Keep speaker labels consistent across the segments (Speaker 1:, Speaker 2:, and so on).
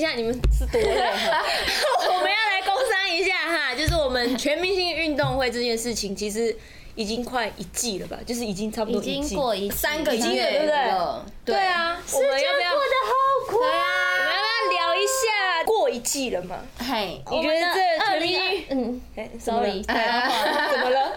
Speaker 1: 下你们是多累 啊，我们要来工商一下哈，就是我们全明星运动会这件事情，其实已经快一季了吧，就是已经差不
Speaker 2: 已
Speaker 1: 多一
Speaker 2: 经
Speaker 1: 季。
Speaker 2: 过一
Speaker 3: 三个
Speaker 1: 已经有对
Speaker 3: 月
Speaker 1: 不对
Speaker 3: 了，
Speaker 1: 对啊，我们要不要？
Speaker 2: 好快啊！
Speaker 1: 我们要不要聊一下过一季了嘛？
Speaker 2: 嘿，
Speaker 1: 你觉得这
Speaker 2: 二
Speaker 1: 全
Speaker 2: 零
Speaker 1: 明
Speaker 2: 嗯
Speaker 1: 哎怎么了
Speaker 2: ，sorry，
Speaker 1: 怎么了？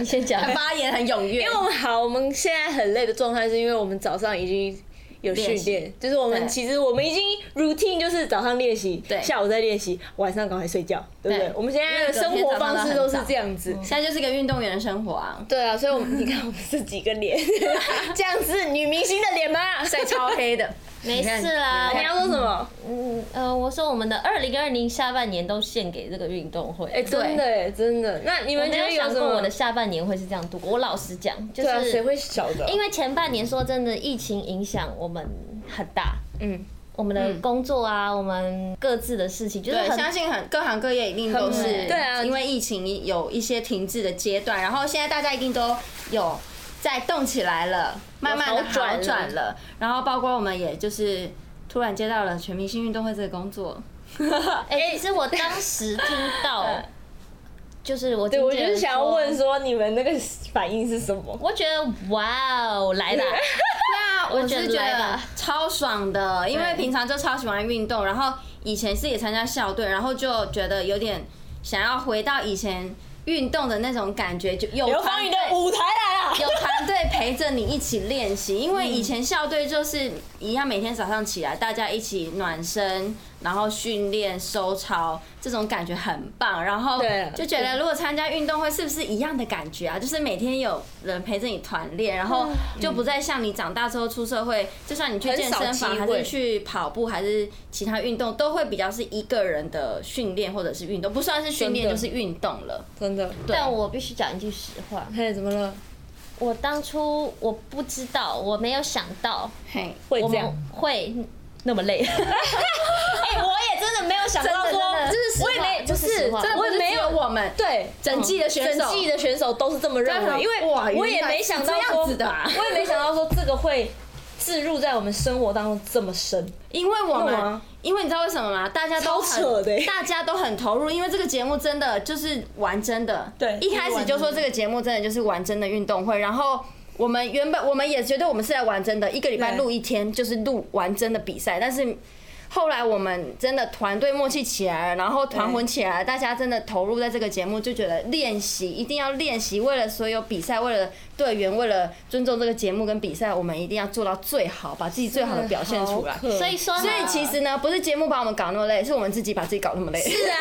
Speaker 2: 你先讲。
Speaker 3: 发言很踊跃
Speaker 1: 因为，我们好，我们现在很累的状态，是因为我们早上已经有训
Speaker 2: 练
Speaker 1: 练，就是我们
Speaker 2: 对
Speaker 1: 其实我们已经 routine 就是早上练习，
Speaker 3: 对
Speaker 1: 下午再练习，晚上赶快睡觉，对不对
Speaker 2: 对？
Speaker 1: 我们现在的生活方式都是这样 子。
Speaker 3: 现在就是一个运动员的生活啊，
Speaker 1: 对啊，所以我们你看我们是几个 脸，这样是女明星的脸吗？
Speaker 3: 晒超黑的，
Speaker 2: 没事啦
Speaker 1: 啊你，要说什么？
Speaker 2: 嗯呃，我说我们的二零二零下半年都献给这个运动会。
Speaker 1: 哎，真的哎，真的。那你
Speaker 2: 我
Speaker 1: 们
Speaker 2: 没
Speaker 1: 觉得
Speaker 2: 有
Speaker 1: 有
Speaker 2: 想
Speaker 1: 什
Speaker 2: 过
Speaker 1: 么
Speaker 2: 我的？下半年会是这样度过。我老实讲，就
Speaker 1: 对啊，谁
Speaker 2: 是
Speaker 1: 会晓得？
Speaker 2: 因为前半年说真的，疫情影响我们很大，
Speaker 1: 嗯，
Speaker 2: 我们的工作啊，我们各自的事情，就是
Speaker 3: 对，
Speaker 2: 很
Speaker 3: 相信很各行各业一定都是
Speaker 2: 很
Speaker 1: 对啊
Speaker 3: 因为疫情有一些停滞的阶段，然后现在大家一定都有在动起来了，慢慢的
Speaker 2: 好转
Speaker 3: 好
Speaker 2: 了
Speaker 3: 转了，然后包括我们也就是突然接到了全明星运动会这个工作，
Speaker 2: 哎，其实我当时听 到，就是我
Speaker 1: 对，
Speaker 2: 经
Speaker 1: 我
Speaker 2: 纪
Speaker 1: 就
Speaker 2: 人
Speaker 1: 是想要
Speaker 2: 说
Speaker 1: 问，说你们那个反应是什么？
Speaker 2: 我觉得哇哦，来吧，
Speaker 3: 对啊，我
Speaker 2: 觉得
Speaker 3: 是觉
Speaker 2: 来
Speaker 3: 得
Speaker 2: 吧
Speaker 3: 超爽的，因为平常就超喜欢运动，然后以前是也参加校队，然后就觉得有点想要回到以前运动的那种感觉，就有
Speaker 1: 刘芳
Speaker 3: 团
Speaker 1: 宇
Speaker 3: 队
Speaker 1: 的舞台来啊了。
Speaker 3: 有团队陪着你一起练习，因为以前校队就是一样，每天早上起来大家一起暖身，然后训练收操，这种感觉很棒。然后
Speaker 1: 对
Speaker 3: 就觉得如果参加运动会是不是一样的感觉啊？就是每天有人陪着你团练，然
Speaker 1: 嗯
Speaker 3: 后就不再像你长大之后出社会，就算你去健身
Speaker 1: 很少
Speaker 3: 房
Speaker 1: 机
Speaker 3: 还
Speaker 1: 会
Speaker 3: 是去跑步还是其他运动，都会比较是一个人的训练或者是运动，不算是训练
Speaker 1: 真
Speaker 3: 就
Speaker 1: 的
Speaker 3: 是运动了。
Speaker 1: 真的，
Speaker 2: 但我必须讲一句实话，
Speaker 1: 嘿，怎么了？
Speaker 2: 我当初我不知道，我没有想到
Speaker 3: 嘿，
Speaker 1: 会
Speaker 2: 我
Speaker 1: 这
Speaker 2: 们
Speaker 1: 样？
Speaker 2: 会那么 累。
Speaker 1: 哎、我也真的没有想到
Speaker 2: 真的
Speaker 1: 说
Speaker 2: 真，的
Speaker 1: 就是我也没，
Speaker 2: 这
Speaker 1: 不
Speaker 2: 是
Speaker 1: 是
Speaker 2: 实话
Speaker 3: 真的
Speaker 1: 我也没
Speaker 3: 没有
Speaker 1: 有
Speaker 3: 我们
Speaker 1: 对。嗯啊
Speaker 3: 整季的选手，
Speaker 1: 整季的选手都是这么认为，因为
Speaker 3: 哇
Speaker 1: 我也
Speaker 3: 原来
Speaker 1: 没
Speaker 3: 是
Speaker 1: 想
Speaker 3: 这
Speaker 1: 到
Speaker 3: 样
Speaker 1: 说，
Speaker 3: 子的啊
Speaker 1: 我也没想到说这个会置入在我们生活当中这么深，
Speaker 3: 因为
Speaker 1: 那
Speaker 3: 我
Speaker 1: 我
Speaker 3: 们
Speaker 1: 啊，
Speaker 3: 因为你知道为什么吗？大家都很
Speaker 1: 超扯的欸
Speaker 3: 大家都很投入，因为这个节目真的就是玩真的。
Speaker 1: 对
Speaker 3: 一开始就说这个节目真的就是玩真的运动会，然后。我们原本我们也觉得我们是来玩真的，一个礼拜
Speaker 1: 对
Speaker 3: 录一天就是录玩真的比赛，但是后来我们真的团队默契起来了，然后团魂起来了，大家真的投入在这个节目，就觉得练习一定要练习，为了所有比赛，为了队员，为了尊重这个节目跟比赛，我们一定要做到最好，把自己最好的表现出来。
Speaker 1: 好可
Speaker 2: 所以说呢，
Speaker 3: 所以其实呢，不是节目把我们搞那么累，是我们自己把自己搞那么累。是
Speaker 1: 是啊，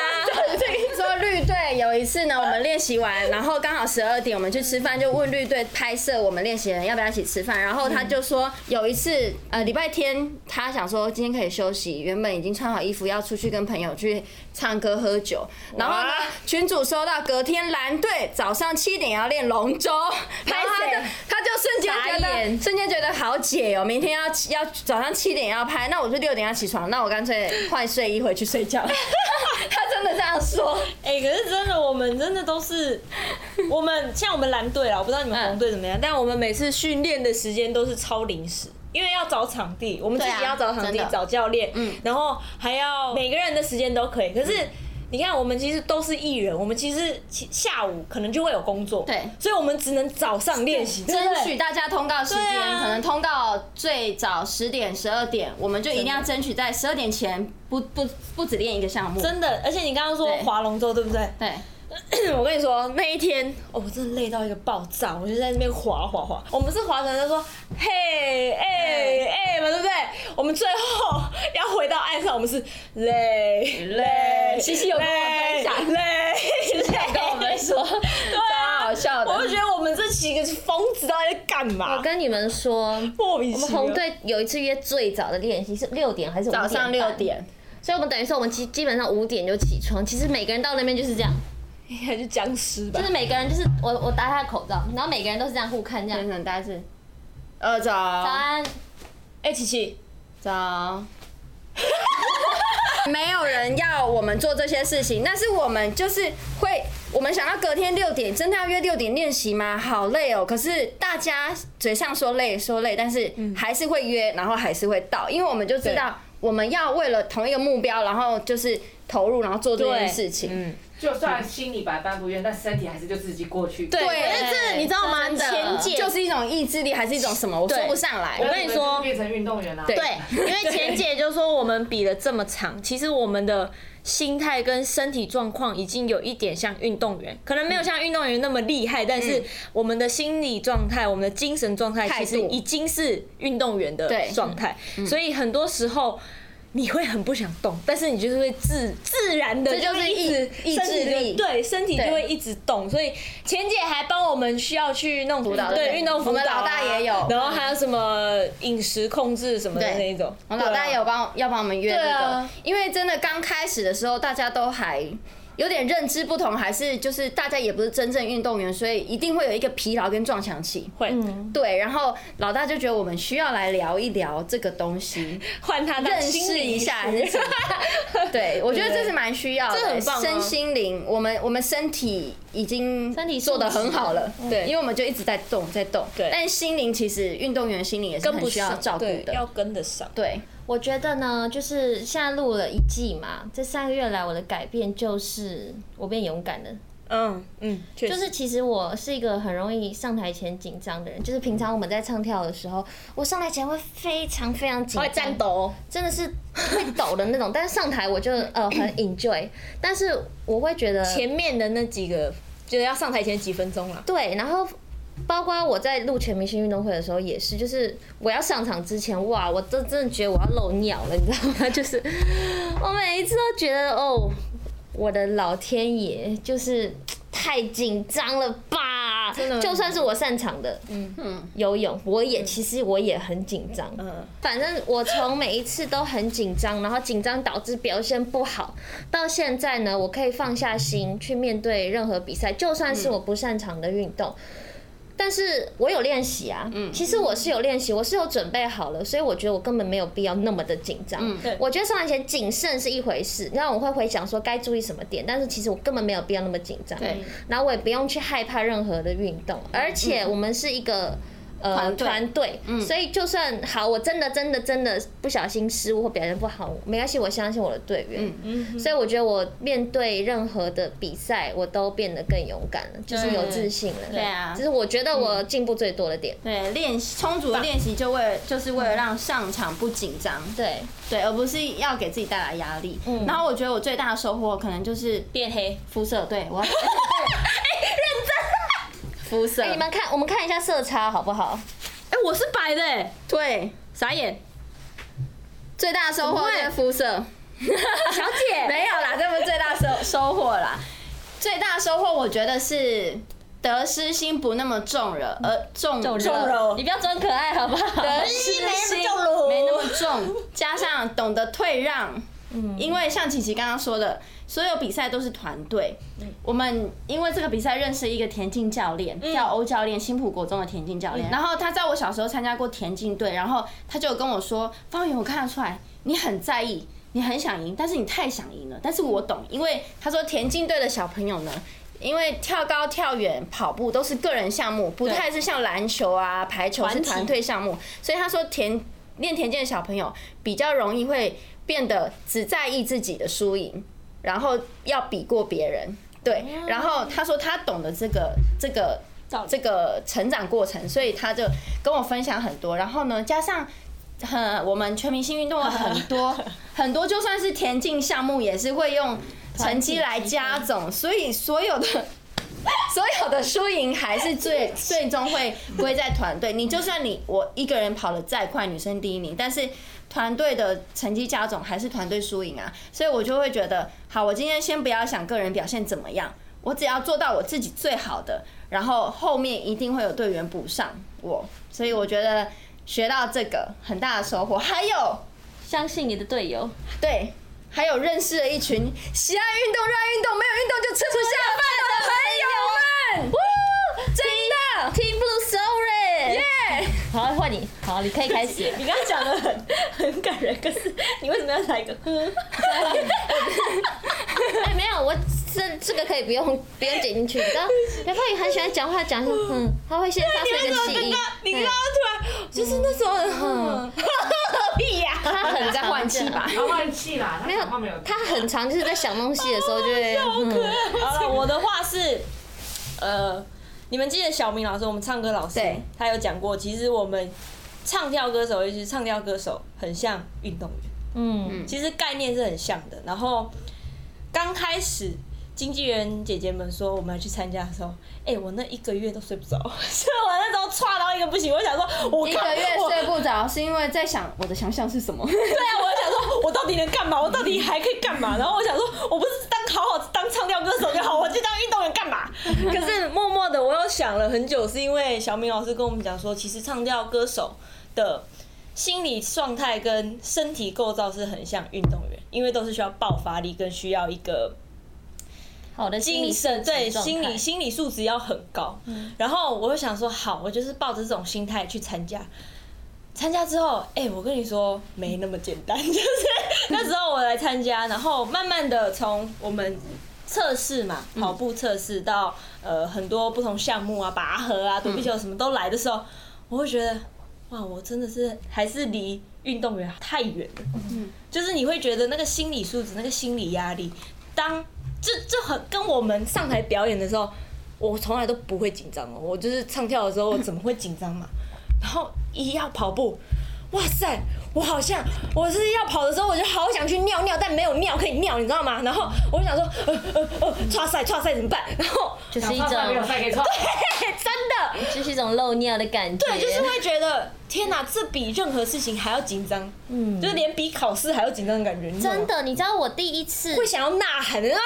Speaker 3: 说绿队有一次呢，我们练习完，然后刚好十二点我们去吃饭，就问绿队拍摄我们练习的人要不要一起吃饭，然后他就说有一次呃礼拜天他想说今天可以休息，原本已经穿好衣服要出去跟朋友去唱歌喝酒， 然后呢
Speaker 1: 哇
Speaker 3: 群主收到隔天蓝队早上七点要练龙舟，然后他就
Speaker 1: 拍谁
Speaker 3: 他就瞬间觉
Speaker 1: 傻
Speaker 3: 得
Speaker 1: 眼
Speaker 3: 瞬间觉得好解哦，明天要起要早上七点要拍，那我就六点要起床，那我干脆换睡衣回去睡 觉。他真的这样说。
Speaker 1: 哎、可是真的，我们真的都是，我们像我们蓝队啦，我不知道你们红队怎么样，但我们每次训练的时间都是超临时，因为要找场地，我们自
Speaker 3: 对
Speaker 1: 己
Speaker 3: 啊
Speaker 1: 要找场
Speaker 3: 真
Speaker 1: 地
Speaker 3: 的、
Speaker 1: 找教练，然后还要每个人的时间都可以。可是你看，我们其实都是艺人，我们其实其下午可能就会有工作，
Speaker 3: 对
Speaker 1: 所以我们只能早上练习，对啊不
Speaker 3: 争
Speaker 1: 对
Speaker 3: 取大家通告时间，
Speaker 1: 对啊
Speaker 3: 可能通告最早十点、十二点，我们就一定要争取在十二点前不不不只练一个项目。
Speaker 1: 真的。而且你刚刚说
Speaker 3: 对
Speaker 1: 划龙舟，对不对？
Speaker 3: 对，
Speaker 1: 我跟你说，那一 天、哦、我真的累到一个爆炸，我就在那边滑滑滑。我们是划船，他说嘿哎哎嘛，对不对？我们最后 要回到岸上，我们是累累，
Speaker 3: 西西有跟我们分享
Speaker 1: 累，累
Speaker 2: 跟我们说，
Speaker 1: 对啊，
Speaker 3: 超好笑的
Speaker 1: 我就觉得我们这几个疯子到底在干嘛
Speaker 2: 我？跟你们说，
Speaker 1: 莫名
Speaker 2: 我
Speaker 1: 其
Speaker 2: 们
Speaker 1: 妙。
Speaker 2: 红队有一次约最早的练习是六点还是五点半
Speaker 3: 早上六，点，
Speaker 2: 所以我们等于说我们基基本上五点就起床。其实每个人到那边就是这样，
Speaker 1: 应该是僵尸吧
Speaker 2: 就？是每个人就是我我戴他的口罩，然后每个人都是这样互看这
Speaker 1: 嗯
Speaker 2: 样
Speaker 3: 可。能大概是呃
Speaker 2: 早
Speaker 3: 早
Speaker 2: 安，
Speaker 1: 哎，琪琪，
Speaker 3: 早。没有人要我们做这些事情，但是我们就是会，我们想要隔天六点，真的要约六点练习吗？好累哦。可是大家嘴上说累说累，但是还是会约，然后还是会到，因为我们就知道我们要为了同一个目标，然后就是投入，然后做这件
Speaker 1: 对
Speaker 3: 事情。
Speaker 1: 嗯，
Speaker 4: 就算心里百般不愿，但身体还是就自己过去。
Speaker 1: 对，
Speaker 3: 对
Speaker 1: 可是真的，你知道吗？
Speaker 2: 真的
Speaker 1: 前届
Speaker 3: 就是一种意志力还是一种什么，我说
Speaker 1: 对
Speaker 3: 不上来。
Speaker 1: 我
Speaker 4: 那
Speaker 1: 跟你
Speaker 4: 们
Speaker 1: 说
Speaker 4: 就变成运动员啦。啊
Speaker 3: 对
Speaker 1: 对，因为前姐就说我们比了这么长， 其实我们的心态跟身体状况已经有一点像运动员，可能没有像运动员那么厉
Speaker 3: 嗯
Speaker 1: 害，但是我们的心理状态、我们的精神状态
Speaker 3: 态
Speaker 1: 其
Speaker 3: 度
Speaker 1: 实已经是运动员的
Speaker 3: 对嗯
Speaker 1: 状态，所以很多时候。你会很不想动，但是你就是会自自然的，
Speaker 3: 这就是
Speaker 1: 一直
Speaker 3: 意
Speaker 1: 身体
Speaker 3: 意志
Speaker 1: 就
Speaker 3: 力
Speaker 1: 对身体就
Speaker 3: 对
Speaker 1: 会一直动。所以前姐还帮我们需要去弄
Speaker 3: 辅导
Speaker 1: 对
Speaker 3: 对
Speaker 1: 运动辅
Speaker 3: 我
Speaker 1: 导
Speaker 3: 们
Speaker 1: 啊，
Speaker 3: 老大也有
Speaker 1: 然后还有什么饮食控制什么的
Speaker 3: 对
Speaker 1: 那一种。
Speaker 3: 我哦老大也有帮要帮我们约这
Speaker 1: 啊对
Speaker 3: 个
Speaker 1: 啊，
Speaker 3: 因为真的刚开始的时候，大家都还有点认知不同，还是就是大家也不是真正运动员，所以一定会有一个疲劳跟撞墙期。
Speaker 1: 会
Speaker 3: 对，然后老大就觉得我们需要来聊一聊这个 东西，
Speaker 1: 换他当
Speaker 3: 认
Speaker 1: 心
Speaker 3: 识
Speaker 1: 理
Speaker 3: 一
Speaker 1: 医
Speaker 3: 下
Speaker 1: 生
Speaker 3: 还是什么？对，我觉得这是蛮需要的，
Speaker 1: 这很棒啊
Speaker 3: 身心灵，我们我们身体已经
Speaker 2: 身体素
Speaker 3: 做
Speaker 2: 质
Speaker 3: 的很好了，
Speaker 1: 对
Speaker 3: 因为我们就一直在动，在动。
Speaker 1: 嗯对
Speaker 3: 但心灵其实运动员心灵也是
Speaker 1: 跟
Speaker 3: 很
Speaker 1: 不
Speaker 3: 需要
Speaker 1: 上，
Speaker 3: 照顾
Speaker 1: 对，要
Speaker 3: 的。
Speaker 1: 跟得上。
Speaker 3: 对，
Speaker 2: 我觉得呢，就是现在录了一季嘛，这三个月来我的改变就是我变勇敢了。
Speaker 1: 嗯嗯，确
Speaker 2: 就
Speaker 1: 实。
Speaker 2: 是其实我是一个很容易上台前紧张的人，就是平常我们在唱跳的时候，我上台前会非常非常紧张，
Speaker 1: 抖，
Speaker 2: 真的是会抖的那种。但是上台我就呃很 enjoy，但是我会觉得
Speaker 1: 前面的那几个就是要上台前几分钟啦。
Speaker 2: 对，然后包括我在录全明星运动会的时候也是，就是我要上场之前，哇，我真真的觉得我要漏尿了，你知道吗？ 就是我每一次都觉得哦，我的老天爷，就是太紧张了吧！
Speaker 1: 真的
Speaker 2: 就算是我擅长的，嗯嗯，游泳，我也其实我也很紧张，
Speaker 1: 嗯，
Speaker 2: 反正我从每一次都很紧张，然后紧张导致表现不好，到现在呢，我可以放下心去面对任何比赛，就算
Speaker 1: 嗯
Speaker 2: 是我不擅长的运动。但是我有练习啊，
Speaker 1: 嗯
Speaker 2: 其实我是有练习，我是有准备好了，所以我觉得我根本没有必要那么的紧张。
Speaker 1: 嗯对
Speaker 2: 我觉得上台前谨慎是一回事，那我会回想说该注意什么点，但是其实我根本没有必要那么紧张。
Speaker 1: 嗯
Speaker 3: 对，
Speaker 2: 然后我也不用去害怕任何的运动，而且我们是一个。呃，
Speaker 3: 团
Speaker 2: 嗯
Speaker 3: 队
Speaker 2: 团队，嗯所以就算好，我真的真的真的不小心失误或表现不好，没关系，我相信我的队员。
Speaker 1: 嗯
Speaker 2: 所以我觉得我面对任何的比赛，我都变得更勇敢了，就是有自信了。
Speaker 3: 对啊
Speaker 2: 这是我觉得我进步最多的点。
Speaker 3: 对，练习充足的练习就为了就是为了让上场不紧张，
Speaker 2: 对，
Speaker 3: 对，而不是要给自己带来压力。然后我觉得我最大的收获可能就是
Speaker 1: 变黑，
Speaker 3: 肤色，对 我，哎，认真，啊肤色
Speaker 2: 哎，，你们看，我们看一下色差好不好？
Speaker 1: 哎，我是白的，哎，
Speaker 3: 对，
Speaker 1: 傻眼，
Speaker 3: 最大的收获就是肤色。
Speaker 1: 小姐，
Speaker 3: 没有啦，这不是最大收收获啦。最大收获我觉得是得失心不那么重了，而重重
Speaker 1: 重了
Speaker 2: 你不要装可爱好不好？
Speaker 3: 得失心没那么重，加上懂得退让。因为像琪琪刚刚说的，所有比赛都是团队。我们因为这个比赛认识一个田径教练，叫欧教练，新浦国中的田径教练。然后他在我小时候参加过田径队，然后他就有跟我说：“方圆，我看得出来你很在意，你很想赢，但是你太想赢了。但是我懂，因为他说田径队的小朋友呢。”因为跳高、跳远、跑步都是个人项目，不太是像篮球啊、排球是团队项目，所以他说田练田径的小朋友比较容易会变得只在意自己的输赢，然后要比过别人。对，然后他说他懂得这个这个这个成长过程，所以他就跟我分享很多。然后呢，加上很我们全明星运动会很多很多，就算是田径项目也是会用成绩来加总，所以所有的 所有的输赢还是最最终会归在团队。你就算你我一个人跑得再快，女生第一名，但是团队的成绩加总还是团队输赢啊。所以我就会觉得，好，我今天先不要想个人表现怎么样，我只要做到我自己最好的，然后后面一定会有队员补上我。所以我觉得学到这个很大的收获，还有
Speaker 2: 相信你的队友。
Speaker 3: 对。还有认识了一群喜爱运动、热爱运动、没有运动就吃不下饭的朋友们，真的
Speaker 2: Team Blue Sorry。
Speaker 3: 耶！
Speaker 2: 好，换你。好，你可以开始。
Speaker 1: 你刚刚讲的很很感人，可是你为什么要来一个？
Speaker 2: 哎，没有，我这这个可以不用不用剪进去。你知道，刘佩宇很喜欢讲话，讲一下嗯 嗯，他会先发出一个气音。
Speaker 1: 你刚刚突然就是那时候，嗯，屁呀、
Speaker 2: 他很
Speaker 3: 在
Speaker 2: 常
Speaker 3: 换气吧。
Speaker 4: 然后换气啦，
Speaker 2: 没
Speaker 4: 他
Speaker 2: 有
Speaker 4: 讲话没有，，
Speaker 2: 他很常就是在想东西的时候就会，嗯
Speaker 1: 好哦 了，我的话是，呃，你们记得小明老师，我们唱歌老师
Speaker 3: 对，
Speaker 1: 他有讲过，其实我们唱跳歌手，尤其是唱跳歌手，很像运动员。
Speaker 2: 嗯，
Speaker 1: 其实概念是很像的。然后刚开始经纪人姐姐们说我们要去参加的时候，哎、我那一个月都睡不着， 所以我那时候差到一个不行。我想说，我
Speaker 3: 一
Speaker 1: 干
Speaker 3: 个月
Speaker 1: 我
Speaker 3: 睡不着，是因为在想我的强项是什么？
Speaker 1: 对啊，我就想说，我到底能干嘛？我到底还可以干嘛？然后我想说，我不是当好好当唱跳歌手就好，我去当运动员干嘛？ 可是默默的，我又想了很久，是因为小明老师跟我们讲说，其实唱跳歌手的心理状态跟身体构造是很像运动员，因为都是需要爆发力跟需要一个
Speaker 2: 好的心理
Speaker 1: 精神
Speaker 2: 素质
Speaker 1: 对
Speaker 2: 状态嗯
Speaker 1: 心理心理素质要很高。然后我就想说，好，我就是抱着这种心态去参加。参加之后，哎、我跟你说没那么简 单，就是那时候我来参加，然后慢慢的从我们测试嘛，
Speaker 2: 嗯
Speaker 1: 跑步测试到呃很多不同项目啊，拔河啊、
Speaker 2: 嗯
Speaker 1: 躲避球什么都来的时候，我会觉得哇，我真的是还是离运动员太远了。
Speaker 2: 嗯
Speaker 1: 就是你会觉得那个心理素质、那个心理压力，当这这很跟我们上台表演的时候，我从来都不会紧张哦。我就是唱跳的时候，我怎么会紧张嘛？ 然后一要跑步，哇塞，我好像我是要跑的时候，我就好想去尿尿，但没有尿可以尿，你知道吗？然后我就想说，呃呃呃，叉赛叉赛怎么办？然后
Speaker 2: 就是一
Speaker 4: 想串没有
Speaker 2: 种
Speaker 4: 晒给串，
Speaker 1: 嘿 真的，
Speaker 2: 就是一种漏尿的感觉，
Speaker 1: 对，就是会觉得天哪，这比任何事情还要紧张，
Speaker 2: 嗯
Speaker 1: 就是连比考试还要紧张的感觉，你知道吗
Speaker 2: 真的，你知道我第一次
Speaker 1: 会想要呐喊的啊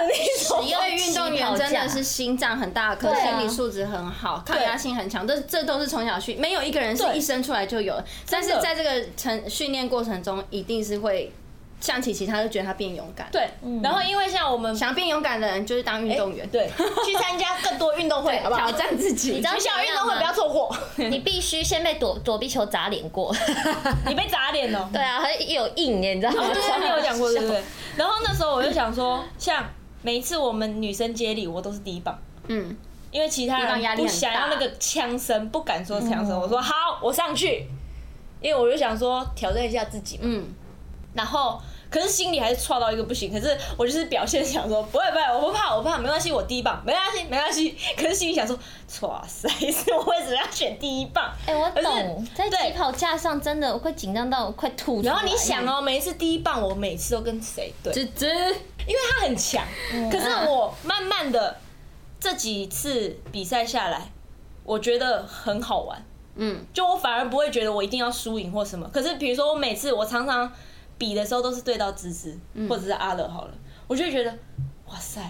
Speaker 1: 的那种。
Speaker 3: 因为运动员真的是心脏很大颗，
Speaker 2: 对啊
Speaker 3: 心理素质很好，抗压性很强，这这都是从小训，没有一个人是
Speaker 1: 对
Speaker 3: 一生出来就有的。但是在这个成训练过程中，一定是会像琪琪，他就觉得他变勇敢。，
Speaker 1: 对，然后因为像我们
Speaker 3: 想变勇敢的人就是当运动员，
Speaker 1: 对，去参加更多运动会，好不好
Speaker 3: 挑？战自己。
Speaker 2: 你知道
Speaker 1: 学校
Speaker 2: 怎
Speaker 1: 运
Speaker 2: 样
Speaker 1: 动会
Speaker 2: 吗
Speaker 1: 不要错过，
Speaker 2: 你必须先被躲躲避球砸脸过，
Speaker 1: 你被砸脸了。
Speaker 2: 对啊，很有硬耶，你知道吗？
Speaker 1: 哦，对，你有讲过对不对？然后那时候我就想说，像每一次我们女生接力，我都是第一棒。
Speaker 3: 嗯，
Speaker 1: 因为其他
Speaker 3: 地方压
Speaker 1: 人
Speaker 3: 力
Speaker 1: 不
Speaker 3: 很大
Speaker 1: 想要那个枪声，不敢说枪声。我说好，我上去，因为我就想说挑战一下自己嘛。
Speaker 3: 嗯，
Speaker 1: 然后可是心里还是挫到一个不行，可是我就是表现想说不会不会，我不怕我不怕，没关系，我第一棒，没关系没关系。 可是心里想说，哇塞，是我为什么要选第一棒？
Speaker 2: 哎、我
Speaker 1: 可是
Speaker 2: 懂，在
Speaker 1: 对
Speaker 2: 起跑架上真的我会紧张到我快吐出
Speaker 1: 然
Speaker 2: 来。
Speaker 1: 后你想哦，每一次第一棒，我每次都跟谁对？
Speaker 3: 芝芝，
Speaker 1: 因为他很强。
Speaker 3: 嗯
Speaker 1: 可是我慢慢的这几次比赛下来，我觉得很好玩。
Speaker 3: 嗯，
Speaker 1: 就我反而不会觉得我一定要输赢或什么。可是比如说我每次我常常比的时候都是对到芝芝或者是阿乐好了，我就会觉得哇塞，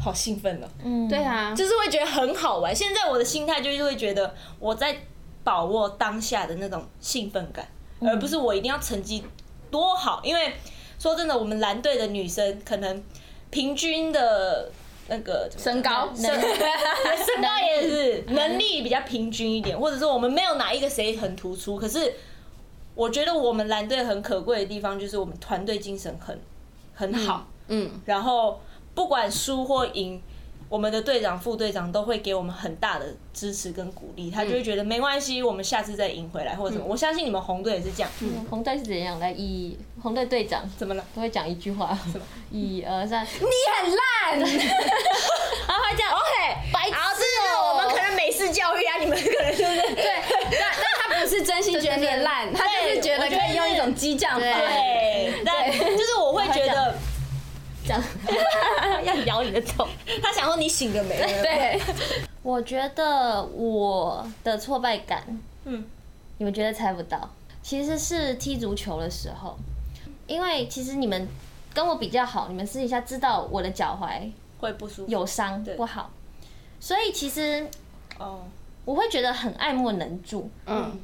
Speaker 1: 好兴奋哦、
Speaker 2: 嗯，
Speaker 3: 对啊，
Speaker 1: 就是会觉得很好玩。现在我的心态就是会觉得我在把握当下的那种兴奋感，而不是我一定要成绩多好。因为说真的，我们蓝队的女生可能平均的那个怎么讲
Speaker 3: 身高
Speaker 1: 身身高也是能力比较平均一点，或者说我们没有哪一个谁很突出，可是。我觉得我们蓝队很可贵的地方就是我们团队精神很很好，
Speaker 3: 嗯，
Speaker 1: 然后不管输或赢，我们的队长、副队长都会给我们很大的支持跟鼓励，他就会觉得没关系，我们下次再赢回来或者什么。我相信你们红队也是这样。
Speaker 2: 红队是怎样？来，一红队队长
Speaker 1: 怎么了？
Speaker 2: 都会讲一句话，一二三，
Speaker 3: 你很烂，
Speaker 2: 然后会这样，OK，白痴
Speaker 1: 好，这
Speaker 2: 哦
Speaker 1: 是我们可能美式教育啊，你们可能就是对
Speaker 3: 但但他不是真心觉得你烂，他就是觉得可以用一种激将 法。
Speaker 1: 对，但就是我会觉得
Speaker 2: 这样 要咬你的头。
Speaker 1: 他想说你醒了没？
Speaker 3: 对，
Speaker 2: 我觉得我的挫败感，
Speaker 1: 嗯
Speaker 2: 嗯，你们觉得猜不到，其实是踢足球的时候，因为其实你们跟我比较好，你们私底下知道我的脚踝
Speaker 1: 会不舒服。
Speaker 2: 有伤
Speaker 1: 对
Speaker 2: 不好，所以其实
Speaker 1: 哦，
Speaker 2: 我会觉得很爱莫能助。
Speaker 3: 嗯，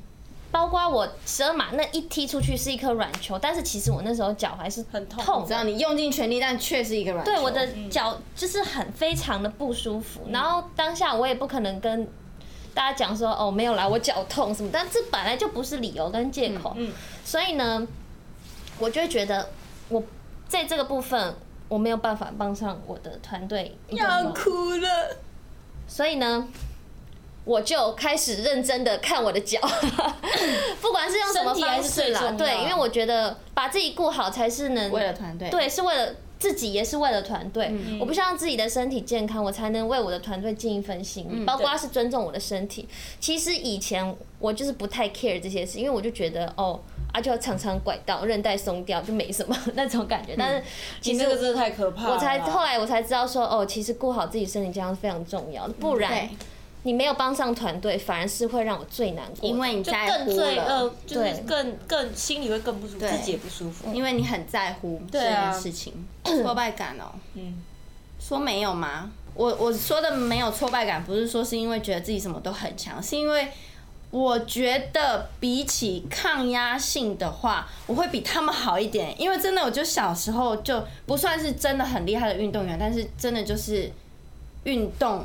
Speaker 2: 包括我十二码那一踢出去是一颗软球，但是其实我那时候脚踝是
Speaker 1: 很痛
Speaker 2: 痛
Speaker 3: 知道
Speaker 2: 的，
Speaker 3: 你用尽全力，但却是一个软球。
Speaker 2: 对我的脚就是很非常的不舒服。
Speaker 1: 嗯
Speaker 2: 然后当下我也不可能跟大家讲说哦没有啦，我脚痛什么，但这本来就不是理由跟借口。
Speaker 1: 嗯，
Speaker 2: 所以呢，我就会觉得我在这个部分我没有办法帮上我的团队一个忙
Speaker 1: 哭了。
Speaker 2: 所以呢，我就开始认真的看我的脚， 不管是用什么
Speaker 1: 身体还
Speaker 2: 方
Speaker 1: 是
Speaker 2: 式
Speaker 1: 最重
Speaker 2: 啦
Speaker 1: 要，
Speaker 2: 对，因为我觉得把自己顾好才是能
Speaker 3: 为了团队，，
Speaker 2: 对，是为了自己，也是为了团队。
Speaker 1: 嗯
Speaker 2: 我不希望自己的身体健康，我才能为我的团队尽一份心，
Speaker 1: 嗯
Speaker 2: 包括是尊重我的身体。其实以前我就是不太 care 这些事，因为我就觉得哦。啊，就常常拐到韧带松掉就没什么 那种感觉，但是其
Speaker 1: 你
Speaker 2: 实
Speaker 1: 这个真的太可怕了啦。啊
Speaker 2: 我才后来我才知道说，哦，其实顾好自己身体健康是非常重要的，不然
Speaker 3: 对
Speaker 2: 你没有帮上团队，反而是会让我最难过的。
Speaker 3: 因为你
Speaker 1: 就
Speaker 3: 在
Speaker 1: 更
Speaker 3: 乎
Speaker 1: 罪
Speaker 3: 了，
Speaker 1: 恶，就是
Speaker 2: 对
Speaker 1: 更更心里会更不舒服，
Speaker 3: 对
Speaker 1: 自己也不舒服。
Speaker 3: 因为你很在乎这
Speaker 1: 对啊
Speaker 3: 件事情， 挫败感哦。
Speaker 1: 嗯，
Speaker 3: 说没有吗？我我说的没有挫败感，不是说是因为觉得自己什么都很强，是因为我觉得比起抗压性的话，我会比他们好一点。因为真的，我就小时候就不算是真的很厉害的运动员，但是真的就是运动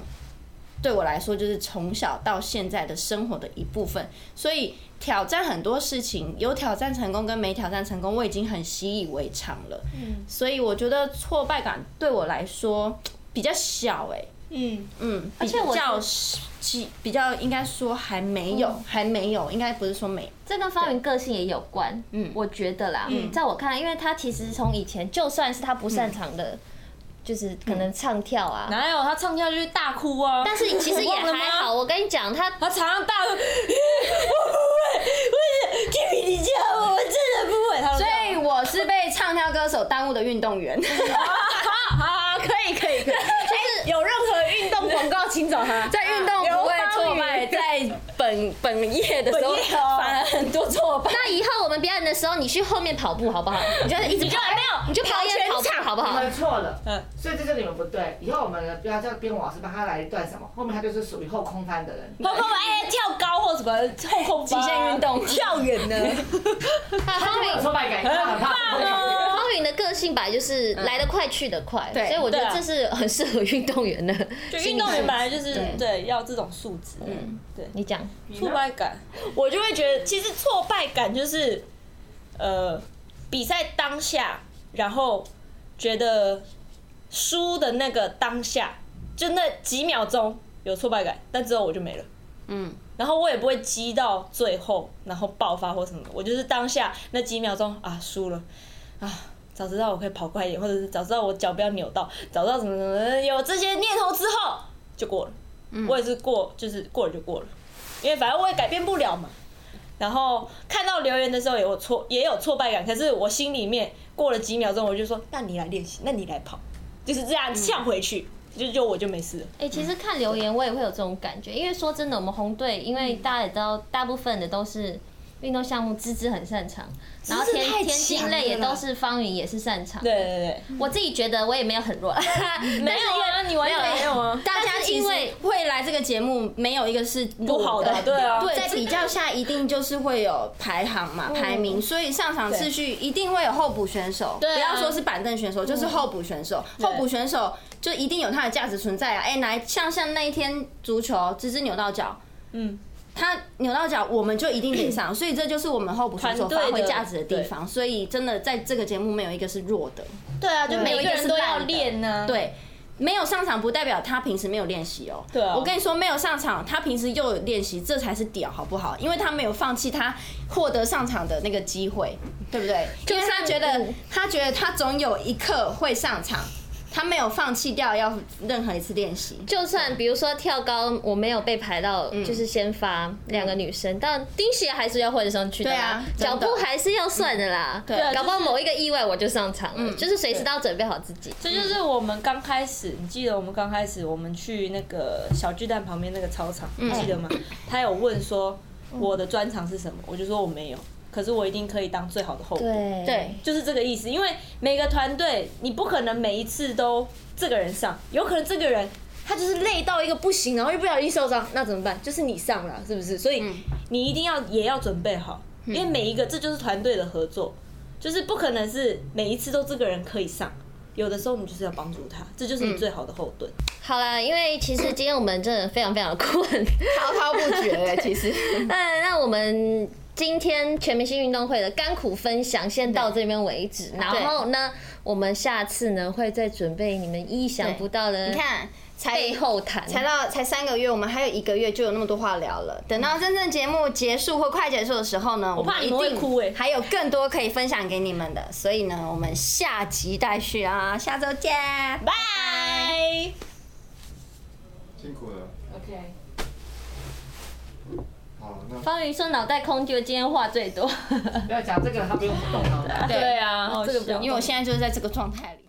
Speaker 3: 对我来说就是从小到现在的生活的一部分。所以挑战很多事情，有挑战成功跟没挑战成功，我已经很习以为常了。
Speaker 2: 嗯
Speaker 3: 所以我觉得挫败感对我来说比较小哎、
Speaker 1: 嗯，
Speaker 3: 嗯，
Speaker 2: 而且我
Speaker 3: 比
Speaker 2: 觉得
Speaker 3: 较
Speaker 2: 嗯
Speaker 3: 比比较应该说还没有，还没有，应该不是说没有，
Speaker 2: 这跟方云个性也有关，嗯，嗯我觉得啦，在我看来，因为他其实从以前，就算是他不擅长的，就是可能唱跳啊，
Speaker 1: 哪有他唱跳就是大哭啊？
Speaker 2: 但是 其实也
Speaker 1: 你忘了吗
Speaker 2: 还好。我跟你讲，他
Speaker 1: 他常常大哭，我不 会， 我也去比你家，我我真的不会。他都这
Speaker 3: 所
Speaker 1: 样
Speaker 3: 以我是被唱跳歌手耽误的运 动员。
Speaker 1: 好好好，可
Speaker 2: 哎
Speaker 1: 以可以可以，就是有任何运动广告，请找他。
Speaker 3: 在运动不会挫败，
Speaker 1: 刘
Speaker 3: 在本本业的时候
Speaker 1: 本业哦
Speaker 3: 反而很多挫败。
Speaker 2: 那以后我们表演的时候，你去后面跑步好不好？ 你就一直跑，没有，你就表演跑步好不 好？
Speaker 4: 你们错了，
Speaker 1: 嗯
Speaker 4: 所以这就你们不对。以后我们不要叫编舞老师帮他来一段什么，后面他就是属于后空翻的人。
Speaker 1: 包括哎跳高或什么后空极
Speaker 3: 极限运动
Speaker 1: 跳远呢，
Speaker 2: 啊
Speaker 4: 他
Speaker 2: 方
Speaker 4: 没
Speaker 2: 云
Speaker 4: 有，挫败感，他很
Speaker 1: 很棒
Speaker 4: 怕。
Speaker 1: 哦
Speaker 2: 方云的个性本来就是来得快去得快，
Speaker 3: 对
Speaker 2: 所以我觉
Speaker 1: 对
Speaker 2: 得
Speaker 1: 啊
Speaker 2: 这是很适合运动员的。
Speaker 1: 就运动员本来就是对要这种素质。嗯，
Speaker 2: 你讲，
Speaker 1: 挫败感，我就会觉得其实挫败感就是呃比赛当下，然后觉得输的那个当下，就那几秒钟有挫败感，但之后我就没了。
Speaker 3: 嗯，
Speaker 1: 然后我也不会积到最后，然后爆发或什么的。我就是当下那几秒钟啊，输了啊，早知道我可以跑快一点，或者是早知道我脚不要扭到，早知道怎么怎么有这些念头之后就过了。我也是过，就是过了就过了，因为反正我也改变不了嘛。然后看到留言的时候也有挫也有挫败感，可是我心里面过了几秒钟，我就说：“那你来练习，那你来跑，就是这样呛回去，就就我就没事了。
Speaker 2: 哎、其实看留言我也会有这种感觉，因为说真的，我们红队，因为大家也知道，大部分的都是运动项目，芝芝很擅长，然后田
Speaker 1: 芝芝太
Speaker 2: 田
Speaker 1: 强
Speaker 2: 径
Speaker 1: 了啦
Speaker 2: 类也都是方云也是擅”长。
Speaker 1: 对对对，
Speaker 2: 我自己觉得我也没有很弱， 没
Speaker 1: 没有啊，你完全没有啊。
Speaker 3: 大家
Speaker 2: 但是
Speaker 3: 其
Speaker 2: 因
Speaker 3: 实
Speaker 2: 为
Speaker 3: 会来这个节目，没有一个是
Speaker 1: 不好的
Speaker 3: 的，
Speaker 1: 对嗯啊
Speaker 3: 对，哦在比较下一定就是会有排行嘛，排名，所以上场次序一定会有候补选手，不
Speaker 2: 啊
Speaker 3: 要说是板凳选手，
Speaker 1: 嗯
Speaker 3: 就是候补选手，候补选手就一定有它的价值存在啊。哎，来，像像那一天足球，芝芝扭到脚，
Speaker 1: 嗯，
Speaker 3: 他扭到脚，我们就一定 得上，所以这就是我们候补选手
Speaker 1: 团
Speaker 3: 发
Speaker 1: 队的
Speaker 3: 挥价值的地方。所以真的在这个节目没有一个是弱的，
Speaker 1: 对啊，就
Speaker 3: 每一个人都要
Speaker 1: 练呢、
Speaker 2: 啊
Speaker 1: 对，
Speaker 3: 对，没有上场不代表他平时没有练习哦。
Speaker 1: 对啊
Speaker 3: 我跟你说，没有上场，他平时又有练习，这才是屌，好不好？因为他没有放弃他获得上场的那个机会，对不对？因为他觉得他觉得他总有一刻会上场，他没有放弃掉要任何一次练习。
Speaker 2: 就算比如说跳高，我没有被排到，就是先发两个女生，但钉鞋还是要混上去的
Speaker 3: 对
Speaker 2: 啦
Speaker 3: 啊，
Speaker 2: 脚
Speaker 3: 真的
Speaker 2: 步还是要算的啦。
Speaker 3: 对啊
Speaker 2: 搞不好某一个意外我就上场了，就是随时都要准备好自己。
Speaker 1: 这就是我们刚开始，你记得我们刚开始我们去那个小巨蛋旁边那个操场，你记得吗？他有问说我的专长是什么，我就说我没有，可是我一定可以当最好的后补。
Speaker 2: 对
Speaker 3: 对，
Speaker 1: 就是这个意思，因为每个团队你不可能每一次都这个人上，有可能这个人他就是累到一个不行，然后又不小心受伤，那怎么办？就是你上了，是不是？所以你一定要也要准备好，因为每一个这就是团队的合作，就是不可能是每一次都这个人可以上，有的时候你就是要帮助他，这就是你最好的后盾。
Speaker 2: 好啦，因为其实今天我们真的非常非常困。
Speaker 3: 滔滔不绝、欸其实
Speaker 2: 那那我们今天全明星运动会的甘苦分享先到这边为止，然后呢，我们下次呢会再准备你们意想不到的。
Speaker 3: 你看。才
Speaker 2: 背后谈，
Speaker 3: 才到才三个月，我们还有一个月就有那么多话聊了。等到真正节目结束或快结束的时候呢，我
Speaker 1: 怕
Speaker 3: 一
Speaker 1: 你们会
Speaker 3: 定
Speaker 1: 哭欸
Speaker 3: 还有更多可以分享给你们的，所以呢，我们下集待续啊，下周见，拜。
Speaker 1: 拜。
Speaker 5: 辛苦了。
Speaker 4: OK。
Speaker 5: 好，那
Speaker 2: 方宇说脑袋空就今天话最多。
Speaker 4: 不要讲这个，他不用动脑。
Speaker 1: 对啊，这个不
Speaker 3: 因为我现在就是在这个状态里。